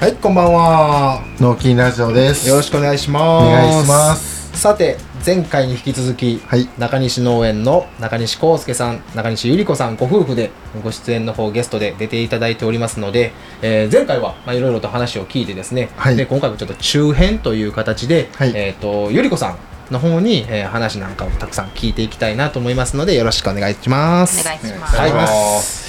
はい、こんばんは。脳筋ラジオですよろしくくお願いします。お願いします。さて、前回に引き続き、はい中西農園の中西康介さん、中西ゆり子さんご夫婦でご出演の方ゲストで出ていただいておりますので、えー前回はまあいろいろと話を聞いてですね、はいで今回もちょっと中編という形で、はいえっ、とゆり子さんの方に、えー話なんかをたくさん聞いていきたいなと思いますのでよろしくお願いします。お願いしますはお願いしま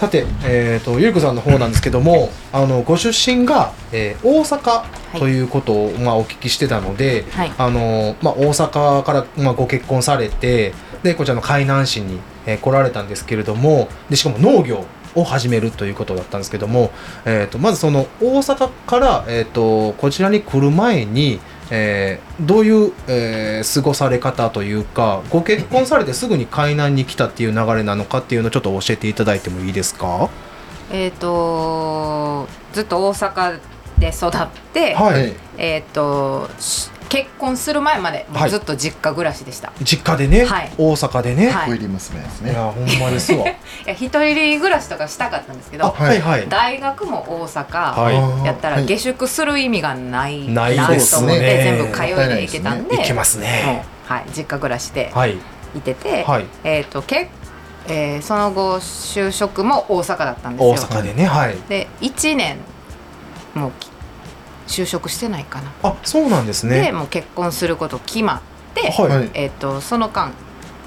さて、えー、とゆりこさんの方なんですけどもあのご出身が、えー大阪いということを、まあ、お聞きしてたので、はいあのまあ、大阪から、まあ、ご結婚されてでこちらの海南市に、えー来られたんですけれどもでしかも農業を始めるということだったんですけども、えー、とまずその大阪から、えー、とこちらに来る前に、えーどういう、えー過ごされ方というかご結婚されてすぐに海南に来たっていう流れなのかっていうのをちょっと教えていただいてもいいですかえっ、とずっと大阪で育って、はいえっ、とし結婚する前まではいずっと実家暮らしでした。実家でね、はい大阪でね、はい小入り娘ですい、ねやほんまですわいや一人暮らしとかしたかったんですけ あど、はいはい大学も大阪はいやったはらい下宿する意味がないないなですと思っねて全部通いで行けたんで、いけますね、はい実家暮らしではいいてて、はいえっ、とけえーその後就職も大阪だったんですよ。大阪でねはいで1年もうき就職してないかな、あそうなんですでねもう結婚すること決まって、はい、はいえっとその間、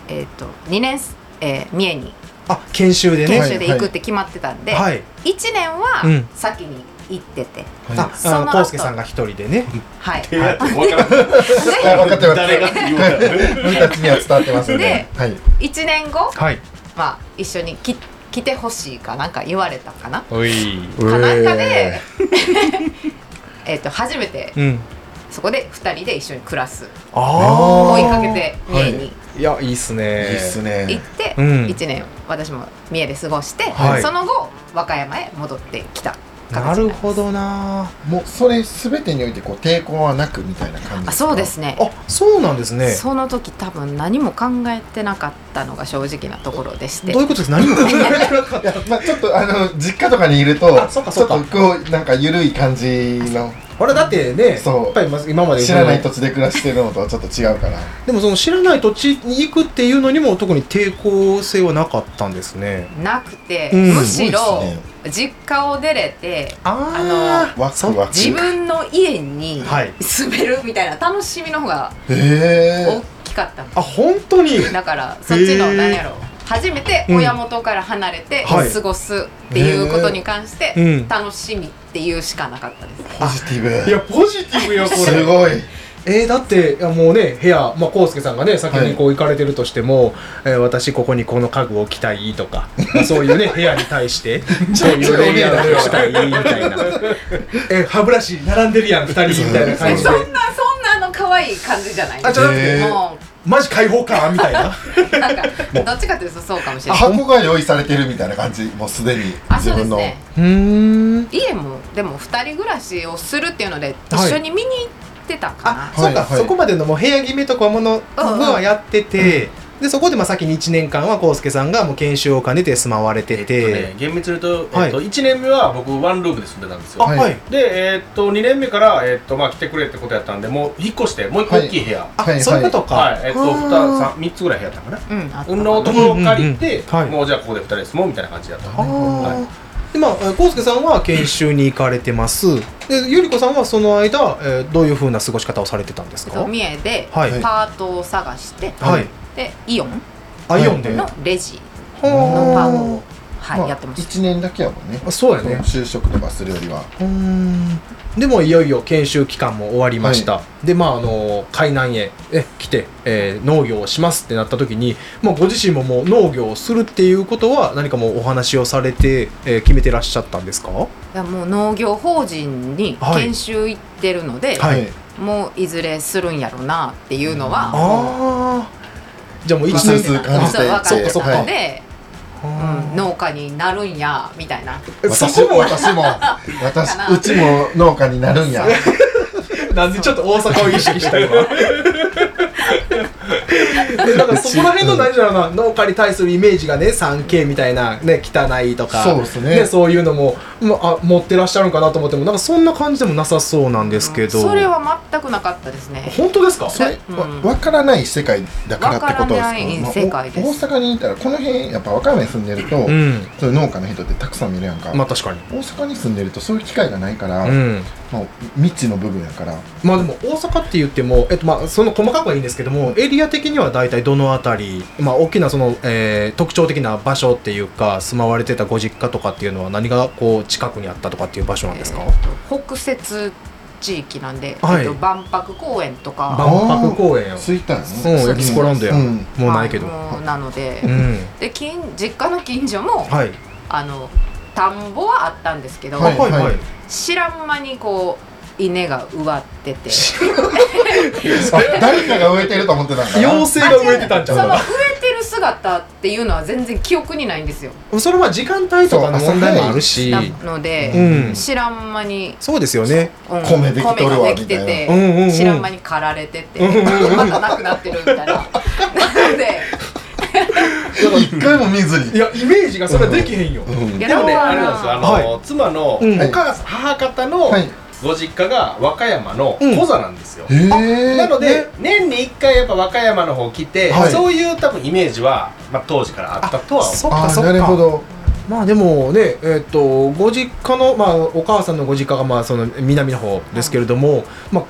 えっと2年、えー三重にあ研修でね研修で行くって決まってたんで、はい、 1年うはん先に行ってて、あそのあの後康介さんが一人でねはい。分かあ分かってまする 誰がって言うか僕たちには伝わってますよねはい1年後、はいまあ、一緒にき来てほしいかなんか言われたかな。おいかなんかで、 えっと初めてうんそこで2人で一緒に暮らすあー追いかけて三重にいやいいっすいねいっすね行って、うん1年私も三重で過ごして、はいその後和歌山へ戻ってきたな形るほどなもうそれすべてにおいてこう抵抗はなくみたいな感じあそうですすねあそうなんですねその時多分何も考えてなかったのが正直なところでしてどういうことです何も考えてなかっ いやまあちょっとあの実家とかにいるとあそっかちそょっっかとこうなんか緩い感じのたあれだってねそやうっぱりまず今まで知らないそ土地で暮らしてるのとはちょっと違うからのでもその知らない土地に行くっていうのにも特に抵抗性はなかったんですねなくて、うんむしろすごいっ実家を出れてあワクワク自分の家にはい住めるみたいな楽しみの方がへ大きかったのあ本当 にだからそっちのへー何やろ初めて親元から離れてうんはい過ごすっていうことに関しへーうてん楽しみっていうしかなかったえポです、ジティいブやポジティブよこすれごいえー、だっていやもうね部屋、まあ、康介さんがね先にこう行かれてるとしても、えー私ここにこの家具置きたいとか、まあ、そういうね部屋に対してこういうレイヤーをしたいみたいなえー歯ブラシ並んでるやん2人みたいな感じで そんなそんなあの可愛い感じじゃないあじゃなくへてーもマジ開放感みたい なうなんかどっちかというとそうかもしれない箱が用意されてるみたいな感じもうすでにあ自そうで分すのねうん家もでも2人暮らしをするっていうのではい一緒に見に行ってたかな、あ、いそうか、はいそこまでのもう部屋決めとかもの部分はやってて、でそこでまあ先に1年間は康介さんがもう研修を兼ねて住まわれてて、えっとね厳密に言うと、はいえっと、1年目は僕ワンルームで住んでたんですあよはい、はいで、えっと2年目から、えっとまあ、来てくれってことやったんでもう引っ越してもう一個大きい部屋はい、あ、はいそういうことか、えっと 3, 3つぐらい部屋やったかなうんあったかなのところを借りて、うんうんうんはいもうじゃあここで2人で住もうみたいな感じだったんであはーでまあえー康介さんは研修に行かれてますでゆり子さんはその間、えーどういうふうな過ごし方をされてたんですえっかと三重でパはいートを探して、はいでイオンアイオンで、はいのレジ、ほーのパートをはいまあやってました1年だけやもんねあそうやね就職とかするよりはうーんでもいよいよ研修期間も終わりました、でまああの海南へえ来て、えー農業をしますってなった時に、まあ、ご自身ももう農業をするっていうことは何かもうお話をされて、えー決めてらっしゃったんですかいやもう農業法人にはい研修行ってるので、はいもういずれするんやろうなっていうのは、もうああじゃあもう1一分年年かずっつて感じてそうい分かそっかそっってたはのいで、うん、農家になるんやみたいなそ私こもも私 も私かなうちも農家になるんやなんでちょっと大阪を意識した今 でだからそこら辺の何じゃろうな農家に対するイメージがね 3K みたいなね汚いとかそうですねそういうのも、まあ、持ってらっしゃるのかなと思ってもなんかそんな感じでもなさそうなんですけどそれは全くなかったですね本当ですかそれ、うんわ分からない世界だからってことですわからない世界ですまあお大阪にいたらこの辺やっぱ和歌山に住んでると、うんそういう農家の人ってたくさん見るやんか、まあ確かに大阪に住んでるとそういう機会がないから、うんもう未知の部分やからまあでも大阪って言っても、えっと、まあその細かくはいいんですけどもエリア的には大体どの辺り、まあ、大きなその、えー特徴的な場所っていうか住まわれてたご実家とかっていうのは何がこう近くにあったとかっていう場所なんですか、えーと北摂地域なんで、はいえっと万博公園とか万博公園やん着いたよそうエキスポランドや、うんもうないけど、あのなので、うんで近実家の近所も、はいあの田んぼはあったんですけど、はい知らん間にこう稲が植わっててあ誰かが植えてると思ってたん かな妖精が植えてたんちその植ゃえてる姿っていうのは全然記憶にないんですようそれは時間帯とかの問題もあるしなのうで、ん知らん間に、そうですよねうん米できとるわ米ができてて、みたいなうんうんうん知らん間に刈られてて、うんうんうんまたなくなってるみたいななの で一回も見ずにいやイメージがそれはできへんよ、うんいやでもねだからあれなんですよあの、は妻のおうん母さん母方のはいご実家が和歌山のうん小座なんですよ、へえなので、年に1回やっぱ和歌山の方来て、はいそういう多分イメージは、まあ、当時からあったとは思うそっかあそっなるかほどまあでもね、えっとご実家の、まあ、お母さんのご実家がまあその南の方ですけれども、まあ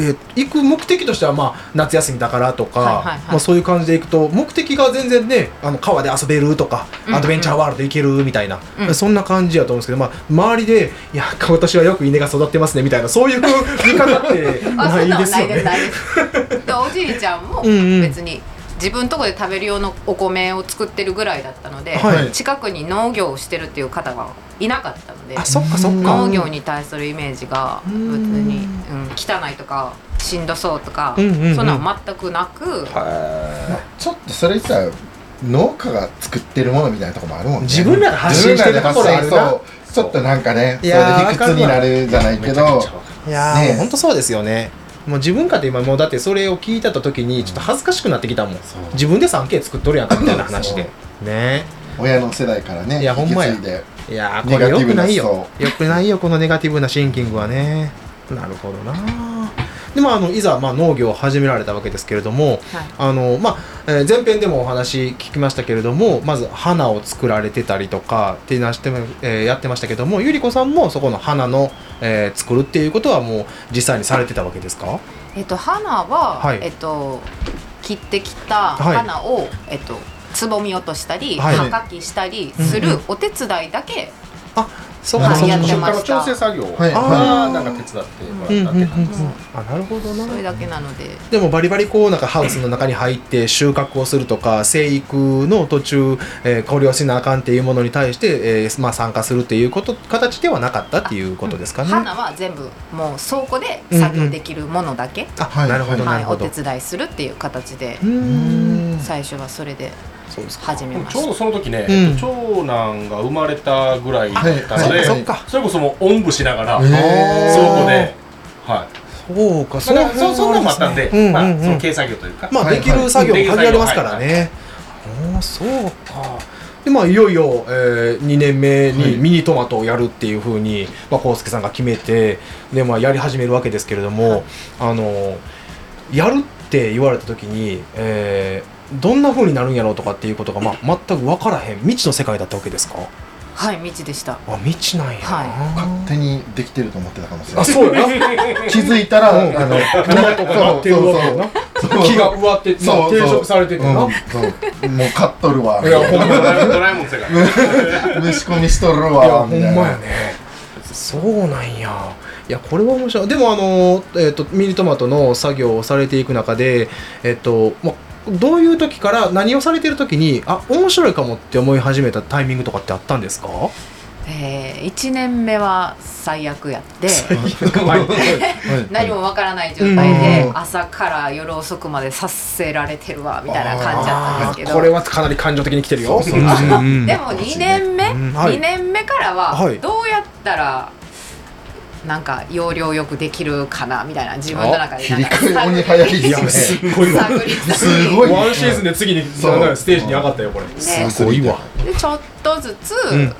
えー行く目的としては、まあ、夏休みだからとか、はいはいはいまあ、そういう感じで行くと目的が全然ねあの川で遊べるとか、うんうんアドベンチャーワールド行けるみたいな、うんそんな感じやと思うんですけど、まあ、周りで「いや今年はよく稲が育ってますね」みたいなそういう見方って あなそんいなでのすなよいですね。ないですでおじいちゃんもうんうん別に自分とこで食べる用のお米を作ってるぐらいだったので、はい近くに農業をしてるっていう方がいなかったのであそっかそっか。農業に対するイメージが別に、うん、汚いとかしんどそうとか、うんうんうんそんなの全くなく、ちょっとそれさ農家が作ってるものみたいなとこもあるもんね自分らで発信してるところあるな自分らで発信そうちょっとなんかねそいれでやー卑屈になるじゃないけどいやー、ねえもう本当そうですよね。もう自分かって今もうだってそれを聞いた時にちょっと恥ずかしくなってきたもん。自分で 3K 作っとるやんかみたいな話で。ね親の世代からねいやほんまや引き継いでえ。いやーこネれガテ良ィくブなないよ。そ良くないよこのネガティブなシンキングはね。なるほどな。でまあ、あのいざ、まあ、農業を始められたわけですけれども、あのまあえー前編でもお話聞きましたけれどもまず花を作られてたりとかっていうのはしても、えーやってましたけどもゆり子さんもそこの花の、えー作るっていうことはもう実際にされてたわけですかえっと、花は、はいえっと、切ってきたはい花を、えっと、つぼみ落としたり、はい葉かきしたりすうんうるんお手伝いだけ、そうはかいそうかやっ出て荷まのした調整作業を、はいあーなんか手伝ってもらったって感じです、うんうんうんあなるほどなそれだけなので。でもバリバリこうなんかハウスの中に入って収穫をするとか生育の途中、えー、考慮しなあかんっていうものに対して、えーまあ、参加するっていうこと形ではなかったっていうことですかね。花は全部もう倉庫で作業できるものだけ、あ、はいなるほどなはるい、ほおど。手伝いするっていう形でうーん最初はそれでそうですか。始めでもまちょうしどその時ね、うんえっと長男が生まれたぐらいだったのそっかで、いそっか。それこそもうおんぶしながへら、ー倉庫で、はい、そうか、そそうそそんなのもあったんで、うんうんうんまあ、その軽作業というか、まあはいできる作業もはい限られますからね。ああ、そうか。でまあいよいよ、え2年目はにいミニトマトをやるっていうふうにまあ康介さんが決めてでまあやり始めるわけですけれども、あのやるって言われた時に、えーどんなふうになるんやろうとかっていうことがまあ全く分からへん未知の世界だったわけですか。たはい道でしたあ未知なんやな。勝手にできてると思ってたかもしれなあいそうやな。 気づいたらあのトマトがなってるわけやな。そう木が植わってなそう定食されててな。うんそうもう買っとるわいやほんまやドラえもんの世界。虫込みしとるいやほわんみまたいなやねそうなんやいやこれは面白いでもあの、えっとミニトマトの作業をされていく中でえっ、とまどういう時から何をされてる時にあ面白いかもって思い始めたタイミングとかってあったんですかえー、1年目は最悪 やって はい何もわからない状態うでん朝から夜遅くまでさせられてるわみたいな感じだったんですけあーどこれはかなり感情的に来てるよそうそうそううんうんうんでも2年目、うんはい2年目からははいどうやったら、うなんか要領よくできるかなみたいな自分の中で切りなんか替え鬼早いいでやすすねっごいわ探りす探ごいワンシーズンで次にそうなんならステージに上がったよこれりねすごいわでちょっとずつ、うん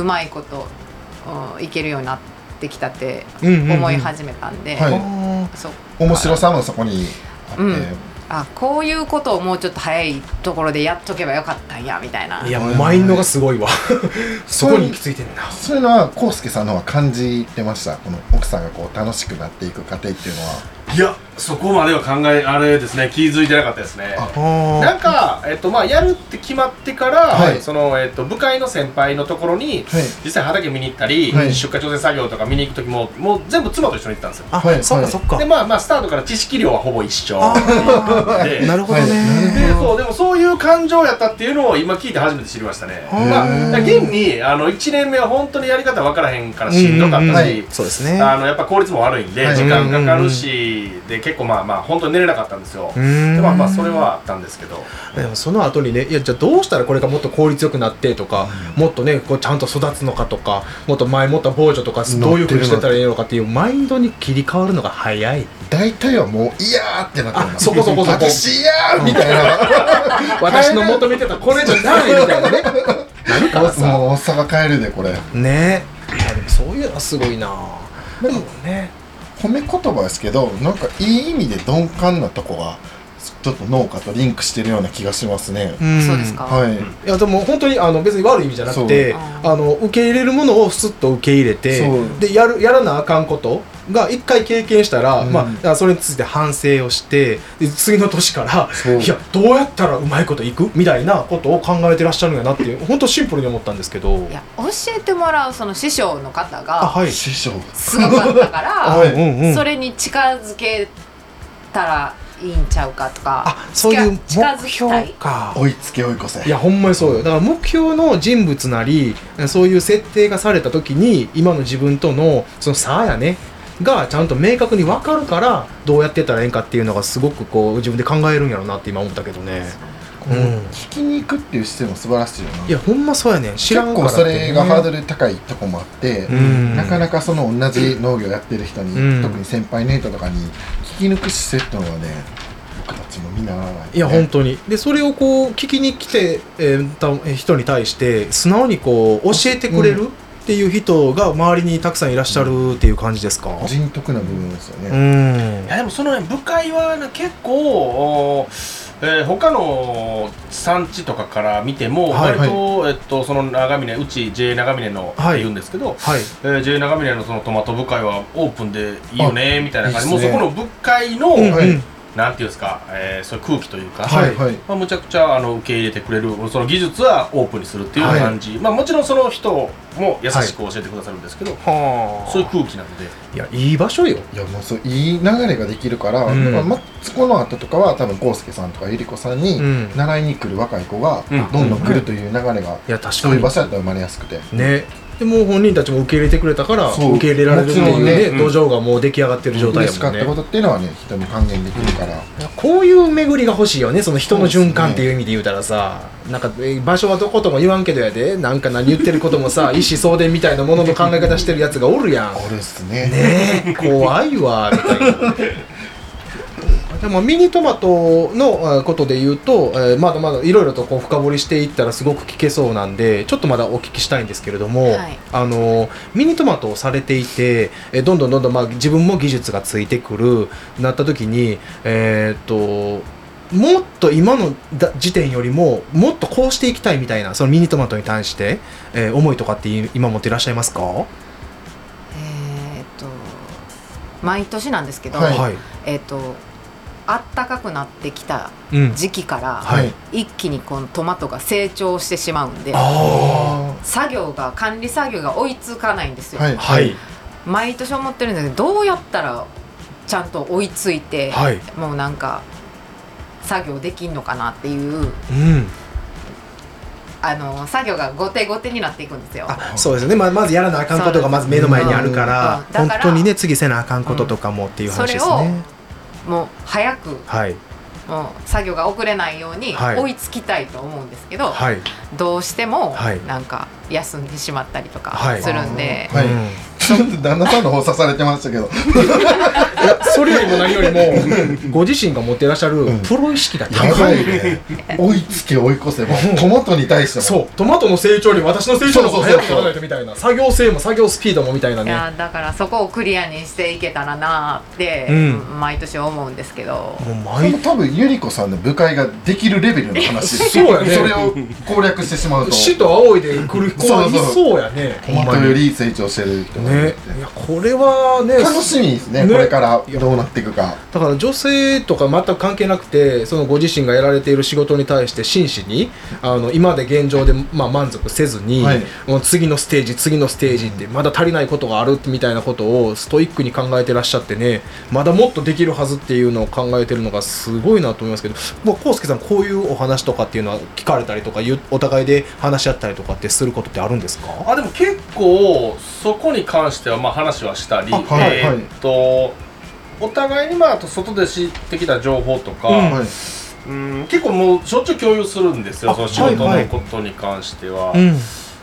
うまいこと、うん、いけるようになってきたってうんうんうん思い始めたんで、はいあそう面白さもそこにあって、うんあこういうことをもうちょっと早いところでやっとけばよかったんやみたいなーいやもうマインドがすごいわそこに行き着いてんなそういうのはコウスケさんの方は感じてましたこの奥さんがこう楽しくなっていく過程っていうのはいやそこまでは考えあれですね気づいてなかったですねああなんか、えっとまあ、やるって決まってから、はいそのえっと、部会の先輩のところに、はい実際畑見に行ったり、はい出荷調整作業とか見に行く時ももう全部妻と一緒に行ったんですよあはいそっかはいそっかでまあまあスタートから知識量はほぼ一緒あでーなるほどはいねでそうでもそういう感情やったっていうのを今聞いて初めて知りましたね、ーまあ、だから現にあの1年目は本当にやり方分からへんからしんどかうんうんうんったはいし、そうですねあのやっぱ効率も悪いんで、はい時間かかるし、で結構まあまあ本当に寝れなかったんですよ、うーんでまあまあそれはあったんですけどでもその後にねいやじゃあどうしたらこれがもっと効率よくなってとか、もっとねこうちゃんと育つのかとかもっと前もった防除とかどういうふうにしてたらいいのかっていうマインドに切り替わるのが早い大体はもう「いやー」ってなってるあそこそこそこ私「いやー」みたいな 私の求めてたこれじゃないみたいな ねなるからさもう大阪帰るでこれねいやでもそういうのはすごいなでもね褒め言葉ですけどなんかいい意味で鈍感なとこがちょっと農家とリンクしてるような気がしますね、んそうですか、はい、いやでも本当にあの別に悪い意味じゃなくてそうあの受け入れるものをスッと受け入れてそうでやるやらなあかんことが一回経験したら、うんまあ、それについて反省をしてで次の年からそういやどうやったらうまいこといくみたいなことを考えてらっしゃるんやなっていう本当シンプルに思ったんですけどいや教えてもらうその師匠の方あがはい師匠すごかった かはら、いうんうんそれに近づけたらいいんちゃうかとかあそういう近づ目きたい標か追いつけ追い越せいやほんまにそうよだから目標の人物なりそういう設定がされた時に今の自分とのその差やねがちゃんと明確に分かるからどうやってったらええんかっていうのがすごくこう自分で考えるんやろうなって今思ったけどねこのうん聞きに行くっていう姿勢も素晴らしいよないやほんまそうやねん知らん結から構ってそね、れがハードル高いとこもあって、うんなかなかその同じ農業やってる人に、うん特に先輩ネイトとかに聞き抜く姿勢っていうのはね僕たちも見習わないとね、いや本当にでそれをこう聞きに来て、えーたえー人に対して素直にこう教えてくれるっていう人が周りにたくさんいらっしゃるっていう感じですか人徳な部分ですよね、うんいやでもそのね部会はな結構、おーえー他の産地とかから見ても、はい割と、えっとその長峰うち J 長峰のっはいて言うんですけど、はいえー、J 長峰のそのトマト部会はオープンでいいよねみたいな感じいいっすねもうそこの部会の、うんはいうんなんていうんですか、えー、そういう空気というか、はいはいまあ、むちゃくちゃあの受け入れてくれるその技術はオープンにするっていうような感じ、まあ、もちろんその人も優しく教えてくださるんですけど、はあそういう空気なのでいやいい場所よいやもうそういい流れができるから、うんだからまそこの後とかは多分コウスケさんとかゆり子さんにうん習いに来る若い子がうんどんどん来るという流れがいや確そうかいうに場所だったら生まれやすくて、ねでもう本人たちも受け入れてくれたからそう受け入れられるってもちろんいねうねうん土壌がもう出来上がってる状態嬉やしもかんったこねとっていうのはね人に還元できるから、こういう巡りが欲しいよねその人の循環っていう意味で言うたらさなんかえ場所はどことも言わんけどやでなんか何言ってることもさ意思相伝みたいなものの考え方してるやつがおるやんこれですねねえ怖いわみたいな。でもミニトマトのえーことで言うと、えーまだまだいろいろとこう深掘りしていったらすごく聞けそうなんでちょっとまだお聞きしたいんですけれども、はいあのーミニトマトをされていて、えーどんどんどんどん、まあ、自分も技術がついてくるなった時に、えーっともっと今のだ時点よりももっとこうしていきたいみたいなそのミニトマトに対して、えー思いとかってい今持っていらっしゃいますか、はえーっと毎年なんですけど、はいいえーっと暖かくなってきたうん、時期から、はい一気にこのトマトが成長してしまうんであ作業が管理作業が追いつかないんですよ、はいあはい毎年思ってるんですけどどうやったらちゃんと追いついて、はいもうなんか作業できんのかなっていううんあの作業が後手後手になっていくんですよ。あそうですねままずやらなあかんことがまず目の前にあるからそううん本当にね次せなあかんこととかもっていう話ですそれをねもう早くはいもう作業が遅れないようにはい追いつきたいと思うんですけど、はいどうしてもはいなんか休んでしまったりとかはいするんで、はいうんちょっと旦那さんの方刺されてましたけどいやそれよりも何よりもご自身が持ってらっしゃるプロ意識がや高ばい、いね追いつけ追い越せもうトマトに対してもそうトマトの成長より私の成長の方がそう早そうそうそうくやらないとみたいな作業性も作業スピードもみたいないねやだからそこをクリアにしていけたらなーって、うん毎年思うんですけどもうこれ毎も多分ゆり子さんの部会ができるレベルの話で すそうやねそれを攻略してしまうと死と仰いで来る子はいそうやねトマトより成長してるってほ思んまにっねていやこれはね楽しみですねねこれからどうなっていくかだから女性とか全く関係なくてそのご自身がやられている仕事に対して真摯にあの今まで現状で、まあ、満足せずに、はいもう次のステージ次のステージってまだ足りないことがあるみたいなことをストイックに考えてらっしゃってねまだもっとできるはずっていうのを考えてるのがすごいなと思いますけどまあ浩介さんこういうお話とかっていうのは聞かれたりとかゆお互いで話し合ったりとかってすることってあるんですかあでも結構そこに関してはまあ話はしたり、あはいえーっとお互いにまああと外で知ってきた情報とか、うんはいうん結構もうしょっちゅう共有するんですよあその仕事はいはのいことに関しては。ん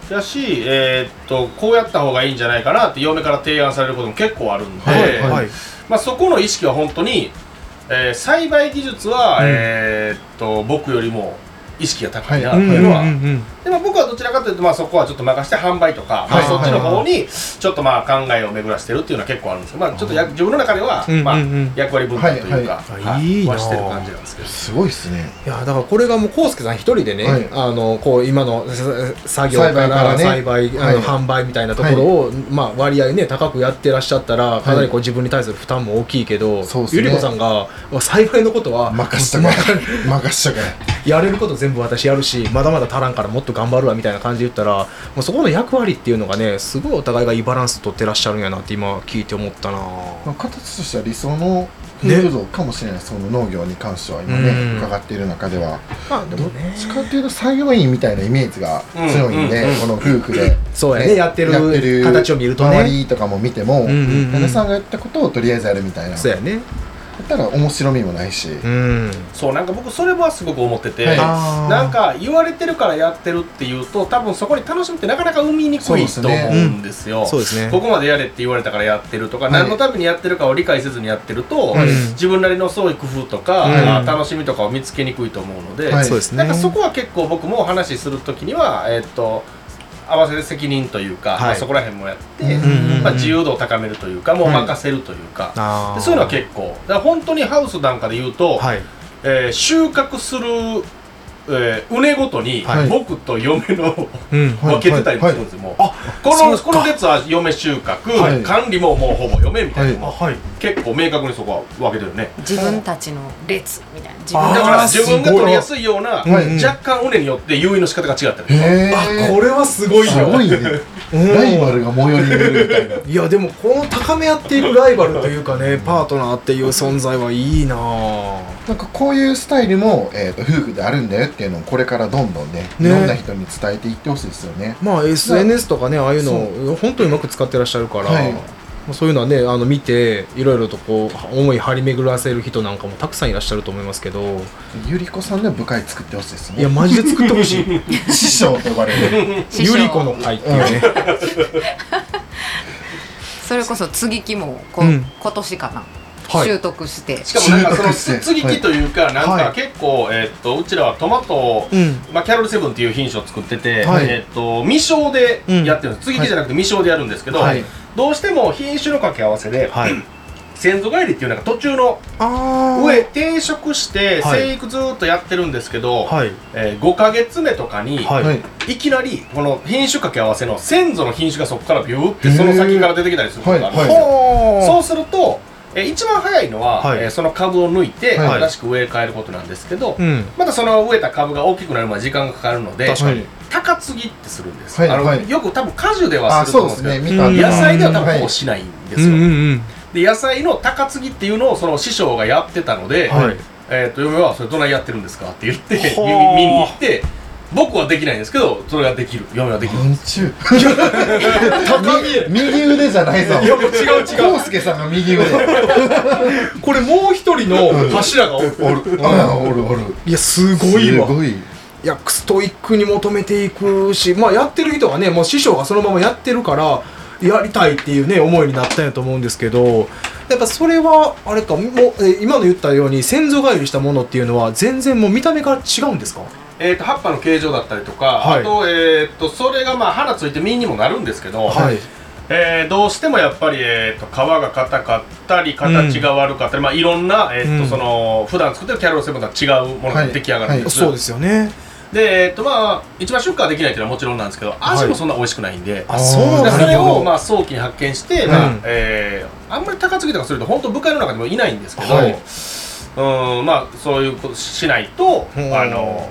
だし、えーっとこうやった方がいいんじゃないかなって嫁から提案されることも結構あるんで、はいはいまあ、そこの意識は本当に、えー栽培技術は、うんえーっと僕よりも意識が高いなはといいうのは、うんうんうんでまあ僕はどちらかというと、まあ、そこはちょっと任して販売とか、まはあ、いそっちの方にちょっとまあ考えを巡らしてるっていうのは結構あるんですけど、まあ、ちょっとや自分の中では、うんまあうんうん、役割分担というか、ははいいはいいいなあはしてる感じなんですけど。すごいですねいやだからこれがもうコウスケさん一人でね、はいあのこう今のさ作業か栽培かららね栽培あのは販売みたいなところを、まあ、割合ね高くやってらっしゃったらかなりこう自分に対する負担も大きいけど、そうですねゆり子さんがまあ栽培のことは任したから任したからやれること全部私やるしまだまだ足らんからもっと頑張るわみたいな感じで言ったらもうそこの役割っていうのがねすごいお互いがいいバランス取ってらっしゃるんやなって今聞いて思ったなまあ、形としては理想の風土かもしれない、その農業に関しては今ね、うん伺っている中ではまあでどもっねちかっていうと作業員みたいなイメージが強いんで、うんうんうんこの夫婦で、 そうやねやってる形を見ると周ねりとかも見ても、んうんうん旦那さんがやったことをとりあえずやるみたいなそうだっやねたら面白みもないし、うんそうなんか僕それはすごく思ってて、はいあーなんか言われてるからやってるっていうと多分そこに楽しみってなかなか生みにくいと思うんですよ。そうですねここまでやれって言われたからやってるとか、はい何のためにやってるかを理解せずにやってると、はい自分なりの創意工夫とか、うんまあ楽しみとかを見つけにくいと思うので、はいそうですねなんかそこは結構僕もお話しするときには、えっと合わせて責任というか、はいまあそこら辺もやって、うんうんうんまあ、自由度を高めるというかもうはい任せるというか、あーでそういうのは結構だから本当にハウスなんかで言うと、はいえー収穫する、えー、畝ごとに、はい僕と嫁のうんはい分けてたりもするんですよ、もうこそうのかこの列は嫁収穫、はい管理ももうほぼ嫁みたいな、ははいい結構明確にそこは分けてるね自分たちの列みたいな自あーだ分から自分がすごい取りやすいような、うんうん若干畝によって誘引の仕方が違ったりとかへあーこれはすごいすよごいうねんライバルが最寄りにいるみたいないやでもこの高め合っていくライバルというかねパートナーっていう存在はいいなぁなんかこういうスタイルも、えー、と夫婦であるんだよっていうのをこれからどんどんねねいろんな人に伝えていってほしいですよねまあ SNS とかねああいうのを本当にうまく使ってらっしゃるから、はいそういうのはねあの見ていろいろとこう思い張り巡らせる人なんかもたくさんいらっしゃると思いますけどゆり子さんで部会作ってほしいですいやねマジで作ってほし い師匠と呼ばれる 師匠ゆり子の会っていうね、それこそ継ぎ木もこ、うん今年かな、はい習得してしかもなんかそ収穫のして継ぎ木というか、なんはかい結構、えーっとうちらはトマトを、うんまあ、キャロルセブンっていう品種を作ってて、はいえーっと未生でやってるんです、継ぎ木じゃなくて未生でやるんですけど、はいどうしても品種の掛け合わせで、はい先祖返りっていうなんか途中のあ上転職してはい生育ずーっとやってるんですけど、はいえー5ヶ月目とかに、はい、はいい、きなりこの品種掛け合わせの先祖の品種がそこからビューってその先から出てきたりすることがあるんですよ、はいそうすると、えー一番早いのは、はいえーその株を抜いて、はい新しく植え替えることなんですけど、うんまたその植えた株が大きくなるまで時間がかかるので確かに高継ぎってするんです、はいあのはいよく多分果樹ではあするとそう思うでんですすけどね見うたん野菜では多分こはういしないんでうすんよ、うんうんで野菜の高継ぎっていうのをその師匠がやってたので、はいえー、と嫁は「それどないやってるんですか?」って言って見ほう見に行って僕はできないんですけどそれができる嫁はできるなんちゅう 高見えみ右腕じゃないぞいやもう違う違うコウスケさんが右腕これもう一人の柱がおるおるあおるおるいやすごいわすごいいやストイックに求めていくしまあやってる人はねもう師匠がそのままやってるからやりたいっていうね思いになったんやと思うんですけどやっぱそれはあれかもうえ今の言ったように先祖返りしたものっていうのは全然もう見た目から違うんですかえー、と葉っぱの形状だったりとか、はいあと,、えー、とそれがまあ花ついて実にもなるんですけど、はいえーどうしてもやっぱり、えー、と皮が硬かったり形が悪かったり、まあ、いろんな、えーとうんその普段作ってるキャロルセブンとは違うものが出来上がるんです、そうですよねでえーとまあ、一番出荷できないというのはもちろんなんですけど味もそんな美味しくないんで、あそうでなそんれやを、まあ、早期に発見して、うんまあえーあんまり高継ぎとかすると本当部会の中でもいないんですけど、はいうーんまあ、そういうことしないとうんあの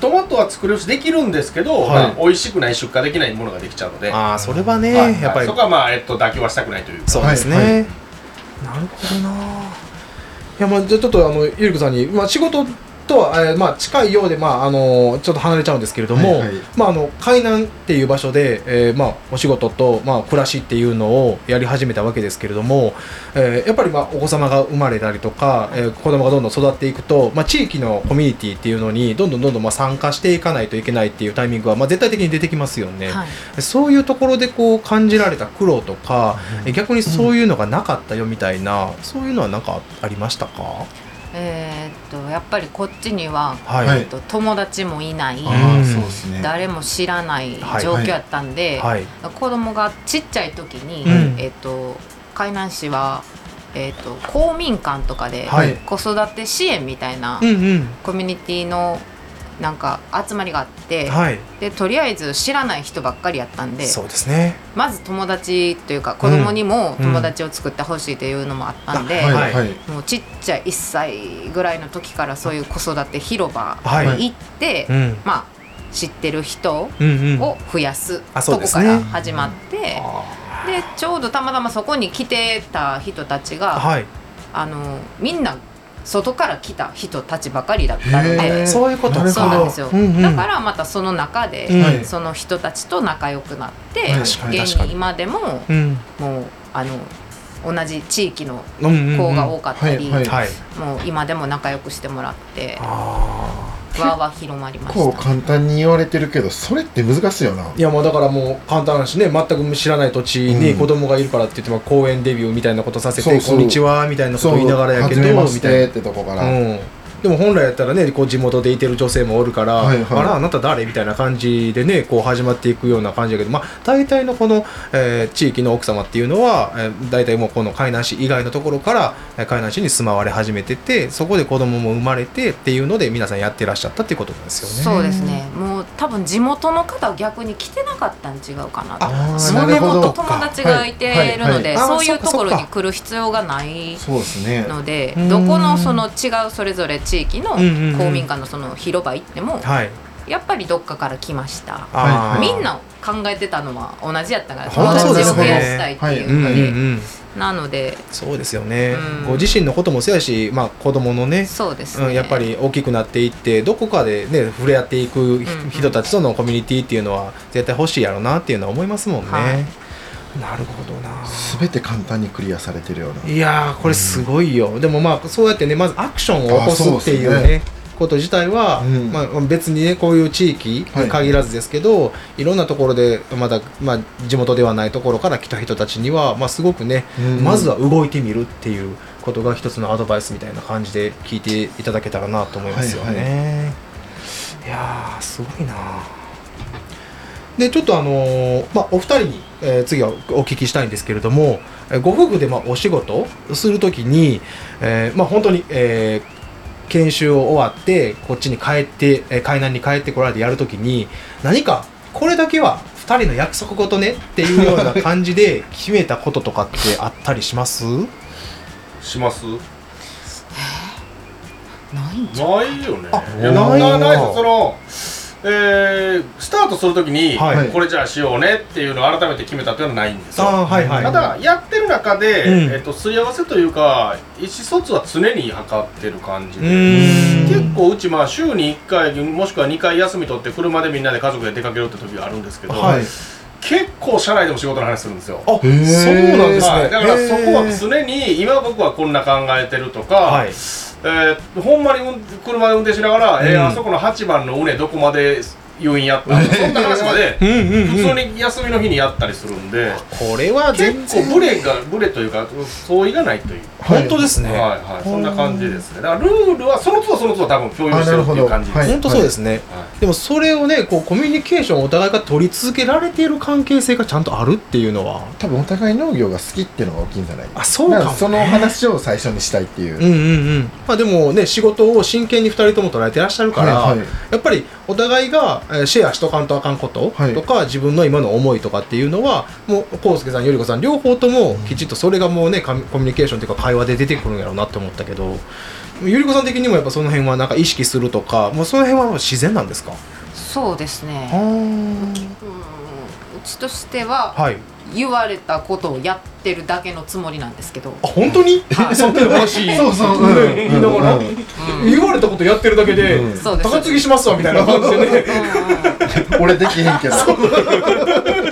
トマトは作れるしできるんですけど、はいまあ、美味しくない出荷できないものができちゃうので、ああそれはね、はいやっぱりそこは、まあえっと、妥協はしたくないというかそうですね、はいはなるほどないやまあじゃあちょっとあのゆりこさんに、まあ、仕事とは、えーまあ、近いようで、まあ、あのちょっと離れちゃうんですけれども、はいはいまあ、あの海南っていう場所で、えーまあ、お仕事と、まあ、暮らしっていうのをやり始めたわけですけれども、えーやっぱり、まあ、お子様が生まれたりとか、えー、子供がどんどん育っていくと、まあ、地域のコミュニティっていうのにどんどんどんどん、まあ、参加していかないといけないっていうタイミングは、まあ、絶対的に出てきますよね。はいそういうところでこう感じられた苦労とか、え逆にそういうのがなかったよみたいな、そういうのはなんかありましたか？えーっとやっぱりこっちには、はい。はえっいと、友達もいない、あうんあそうですね誰も知らないはい状況やったんで、はい。子供がちっちゃい時に、うんえっと海南市は、えっと公民館とかではい子育て支援みたいなうんうん。コミュニティのなんか集まりがあって、はい。でとりあえず知らない人ばっかりやったんでそうですね。まず友達というか子供にも友達を作ってほしいというのもあったんで、うんはいはいもうちっちゃい1歳ぐらいの時からそういう子育て広場はい。はい行って、うん。まあ知ってる人うんうん。を増やすあそとうでこすかねら始まって、あでちょうどたまたまそこに来てた人たちが、ーはい。あのみんな外から来た人たちばかりだったのへでーそういうことなるほどそうなんですよ、うんうんだからまたその中で、うんその人たちと仲良くなって確かに現確かにに今でもうん。もうあの同じ地域のうんうんうん。子が多かったり、はいはい。もう今でも仲良くしてもらってあわーわー広まりま結し構た。簡単に言われてるけどそれって難しいよなあ。いやもうだからもう簡単なしね全く知らない土地にうん子供がいるからって言っても公園デビューみたいなことさせてそうそうこんにちはみたいなことそう言いながらやけど初めましみたいなてってとこから、うん、でも本来やったらねこう地元でいてる女性もおるから、はいはいあらあなた誰みたいな感じでねこう始まっていくような感じだけど、まあ、大体のこの、えー地域の奥様っていうのは、えー大体もうこの海南市以外のところからえー海南市に住まわれ始めててそこで子供も生まれてっていうので皆さんやってらっしゃったっていうことなんですよね。そうですねもう多分地元の方は逆に来てなかったん違うかなとああーそれもなるとほど友達がいているので、はいはいはいそういあうーそっかところそっにか来る必要がないそうですねのでうんどこのその違うそれぞれ地域のうんうんうん公民館のその広場行ってもはい、やっぱりどっかから来ましたあーみんな考えてたのは同じやったからほんと友達そうをですね増やしたいっていううんうんのうで、ん、なのでそうですよね、うんご自身のこともそうやし、まあ、子供のねそうですね、うん、やっぱり大きくなっていってどこかでね触れ合っていくうんうん人たちとのコミュニティっていうのは絶対欲しいやろうなっていうのは思いますもんね。はいなるほどな。全て簡単にクリアされてるようないやーこれすごいよ、でもまあそうやってねまずアクションを起こすっていうねあそうでこと自体は、うんまあ、別にねこういう地域に限らずですけど、い、ろんなところでまだ、まあ、地元ではないところから来た人たちには、まあ、すごくね、うんまずは動いてみるっていうことが一つのアドバイスみたいな感じで聞いていただけたらなと思いますよね。はいい、やーすごいなでちょっとあのーまあ、お二人に、えー次はお聞きしたいんですけれども、えーご夫婦でまあお仕事するときに、えーまあ、本当に、えー研修を終わってこっちに帰って、えー海南に帰ってこられてやるときに何かこれだけは二人の約束事ねっていうような感じ で決めたこととかってあったりしますしますないんじゃないよねあいやないなないですそのえースタートするときに、はいこれじゃあしようねっていうのを改めて決めたっていうのはないんですよあーはいはいただやってる中で、うんえっと、すり合わせというか意思疎通は常に測ってる感じうでーん結構うちまあ週に1回もしくは2回休み取って車でみんなで家族で出かけるって時があるんですけど、はい結構社内でも仕事の話するんですよあそうなんですね、はい、だからそこへはー常に今僕はこんな考えてるとか、はいえーほんまにうん車で運転しながら、えーうんあそこの8番の畝どこまで言うんやったそんな話までうんうんうん普通に休みの日にやったりするんでこれは結全然構ブレがブレというか相違がないというはい本当ですね、はいはいそんな感じですねだからルールはその都度その都度多分共有してるっていう感じであなるほす、どはい本当そうですね、はでもそれをねこうコミュニケーションをお互いが取り続けられている関係性がちゃんとあるっていうのは多分お互い農業が好きっていうのが大きいんじゃないあそうかもねだらその話を最初にしたいっていう、うんうんうんまあでもね仕事を真剣に2人とも捉えてらっしゃるから、はいはいやっぱりお互いがえーシェアしとかんとあかんことはいとか、自分の今の思いとかっていうのはもう浩介さんより子さん両方ともきちっとそれがもうねかコミュニケーションというか会話で出てくるんやろうなって思ったけどゆり子さん的にもやっぱその辺はなんか意識するとかもうその辺はもう自然なんですかそうですねうんうちとしては、はい言われたことをやってるだけのつもりなんですけど、あ本当 に はいそんなの欲しいそうそう、うんね言いながらうんうんうん言われたことやってるだけで、うんそうです高継ぎしますわみたいな感じで ね 俺できへんけど高継ぎ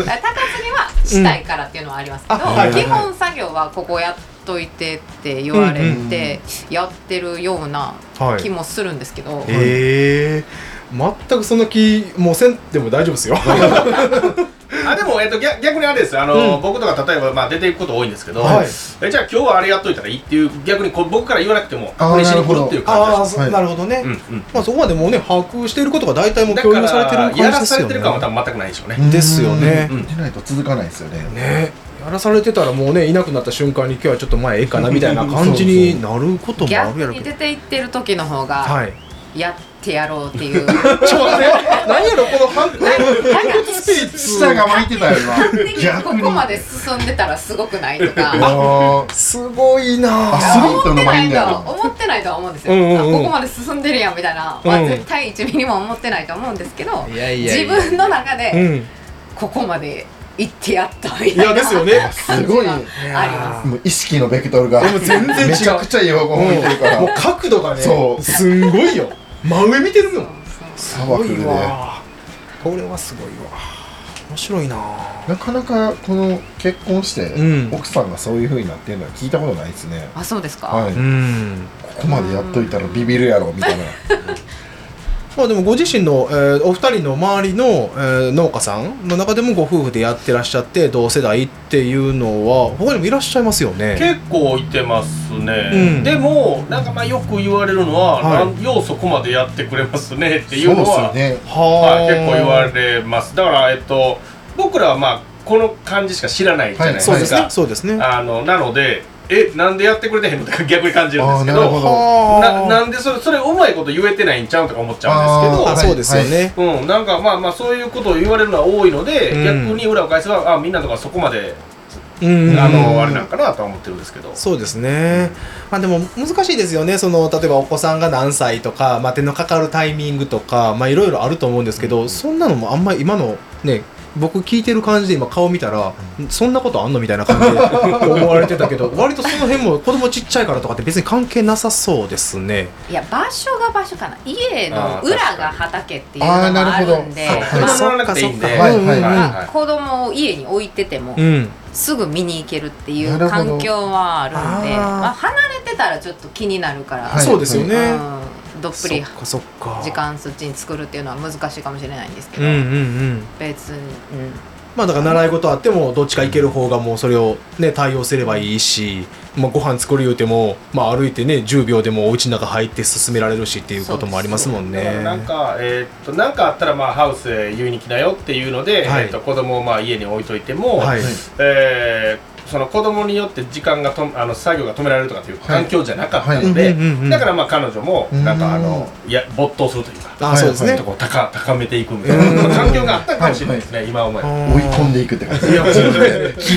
はしたいからっていうのはありますけど、うんあはいはいはい基本作業はここやっといてって言われてやってるようなは気もするんですけど、ええ全くその気もうせんでも大丈夫です よいあでも、えっと、逆逆にあれですよあの、僕とか例えば、まあ、出ていくこと多いんですけど、はいえじゃあ今日はあれやっといたらいいっていう逆にこう僕から言わなくてもあーこれしに来るっていう感じあであ、すそはいなるほどね、うんうんまあ、そこまでもうね把握していることが大体もうだ共か有されてるら感じやらでさすれよてねる感は多分全くないでしょうね、ですよねうんでないと続かないですよねねやらされてたらもうねいなくなった瞬間に今日はちょっと前ええかなみたいな感じになることもあるや逆ろうにけ出どて行ってる時の方はがいやってやろうってい う、ちょっと待って何やろこの反抗なんかスピ下が巻いてたよ勝手に今逆こにこまで進んでたらすごくないと か。あーすごいなああスリート思っのてマなインいドとやなは思ってないとは思うんですよ、うんうんうんあここまで進んでるやんみたいな、まあうん絶対1ミリも思ってないと思うんですけどいやいやいや自分の中で、うんここまで行ってやったみいたいなやですよね感じすごいがありまもう意識のベクトルがでも全然違うめちゃくちゃ洋語うん向いてるからもう角度がねそうすんごいよ真上見てるすもそうんそうパワフルでこれはすごいわ面白いなあなかなかこの結婚して、うん奥さんがそういう風になってるのは聞いたことないですねあそうですか、はい、こんこまでやっといたらビビるやろみたいなまあでもご自身の、えーお二人の周りの、えー農家さんの中でもご夫婦でやってらっしゃって同世代っていうのは他にもいらっしゃいますよね結構いてますね、うんでもなんかまあよく言われるのは、はいなんようそこまでやってくれますねっていうのそはうですよねははい、結構言わるれますだからえっと僕らはまあこの感じしか知らないじゃないですそか、うですねそうですねあのなのでえなんでやってくれてへんのとか 逆に感じるんですけどあーなるほどななはんでそれそれうまいこと言えてないんちゃうとか思っちゃうんですけどああーそうですよねうん、なんかまあまあそういうことを言われるのは多いので、うん逆に裏を返せばあみんなとかそこまで、うんうんあのあれなんかなとは思ってるんですけど、そうですね、まあ、でも難しいですよねその例えばお子さんが何歳とか、まあ、手のかかるタイミングとかまあいろいろあると思うんですけど、そんなのもあんまり今のね僕聞いてる感じで今顔見たら、そんなことあんのみたいな感じ で思われてたけど割とその辺も子供ちっちゃいからとかって別に関係なさそうですね。いや場所が場所かな家の裏が畑っていうのあーがなあるほどるんでそうはい車乗らなくていいんで、そっかそっかはいはいまあ子供を家に置いてても、うん、すぐ見に行けるっていなうるほど環境はあるんであーまあ、離れてたらちょっと気になるから、はいそうですよね、うんどっぷそっりかそっか時間そっちに作るっていうのは難しいかもしれないんですうけど、んうんうん別に、うんまあだから習い事あってもどっちか行ける方がもうそれをね対応すればいいし、まあ、ご飯作る言うても、まあ、歩いてね10秒でもお家の中入って進められるしっていうこともありますもんだからね。なんか、えーっとなんかあったらまあハウスへ言いに来なよっていうので、はいえーっと子供をまあ家に置いといても、はいえーその子供によって時間がとあの作業が止められるとかっていう環境じゃなかったのはいで、うんうんうんうんだからまあ彼女もなんかあのいや没頭するというか。あそうですね、はいとこう高高めていくみたいな、うんその環境があったかもしれないですね、今思えば。追い込んでいくって感じ昨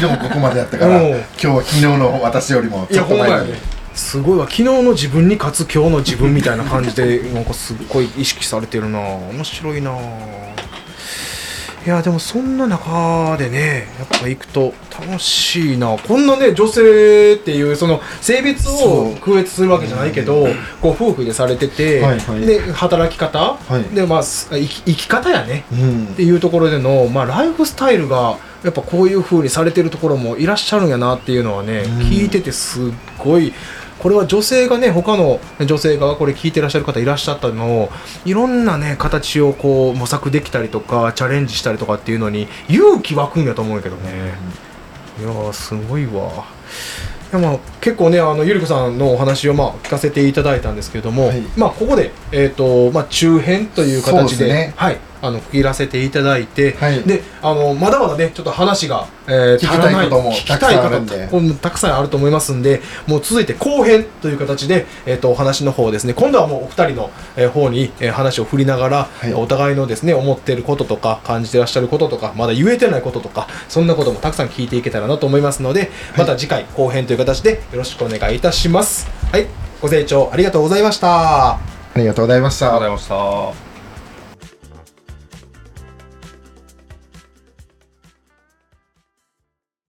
日ここまでやったからうん今日は昨日の私よりもいちょやっほとんま前やにねすごいわ昨日の自分に勝つ今日の自分みたいな感じで なんかすっごい意識されてるな面白いないやでもそんな中でねやっぱ行くと楽しいなこんなね女性っていうその性別そをう区別するわけじゃないけどご夫婦でされてて、はいはいで働き方、いでまあす生き生き方やねうんっていうところでの、まあ、ライフスタイルがやっぱこういう風にされてるところもいらっしゃるんやなっていうのはね、うん聞いててすっごいこれは女性がね他の女性がこれ聞いてらっしゃる方いらっしゃったのをいろんなね形をこう模索できたりとかチャレンジしたりとかっていうのに勇気湧くんやと思うんやけどね、いやーすごいわいやまあ結構ねあのゆりこさんのお話をまあ聞かせていただいたんですけれども、はいまあここで、えーとまあ、中編というそうで形すでねはい、あの区切らせていただいて、はいであのまだまだねちょっと話が、えー、聞きたいことも聞きたいことたくさんあるんでこうたくさんあると思いますんでもう続いて後編という形で、えー、とお話の方をですね今度はもうお二人の、えー方に、えー話を振りながら、いお互いのですね思っていることとか感じてらっしゃることとかまだ言えてないこととかそんなこともたくさん聞いていけたらなと思いますのでまた次回後編という形でよろしくお願いいたします。はいご清聴ありがとうございました。ありがとうございましあたりがとうございました。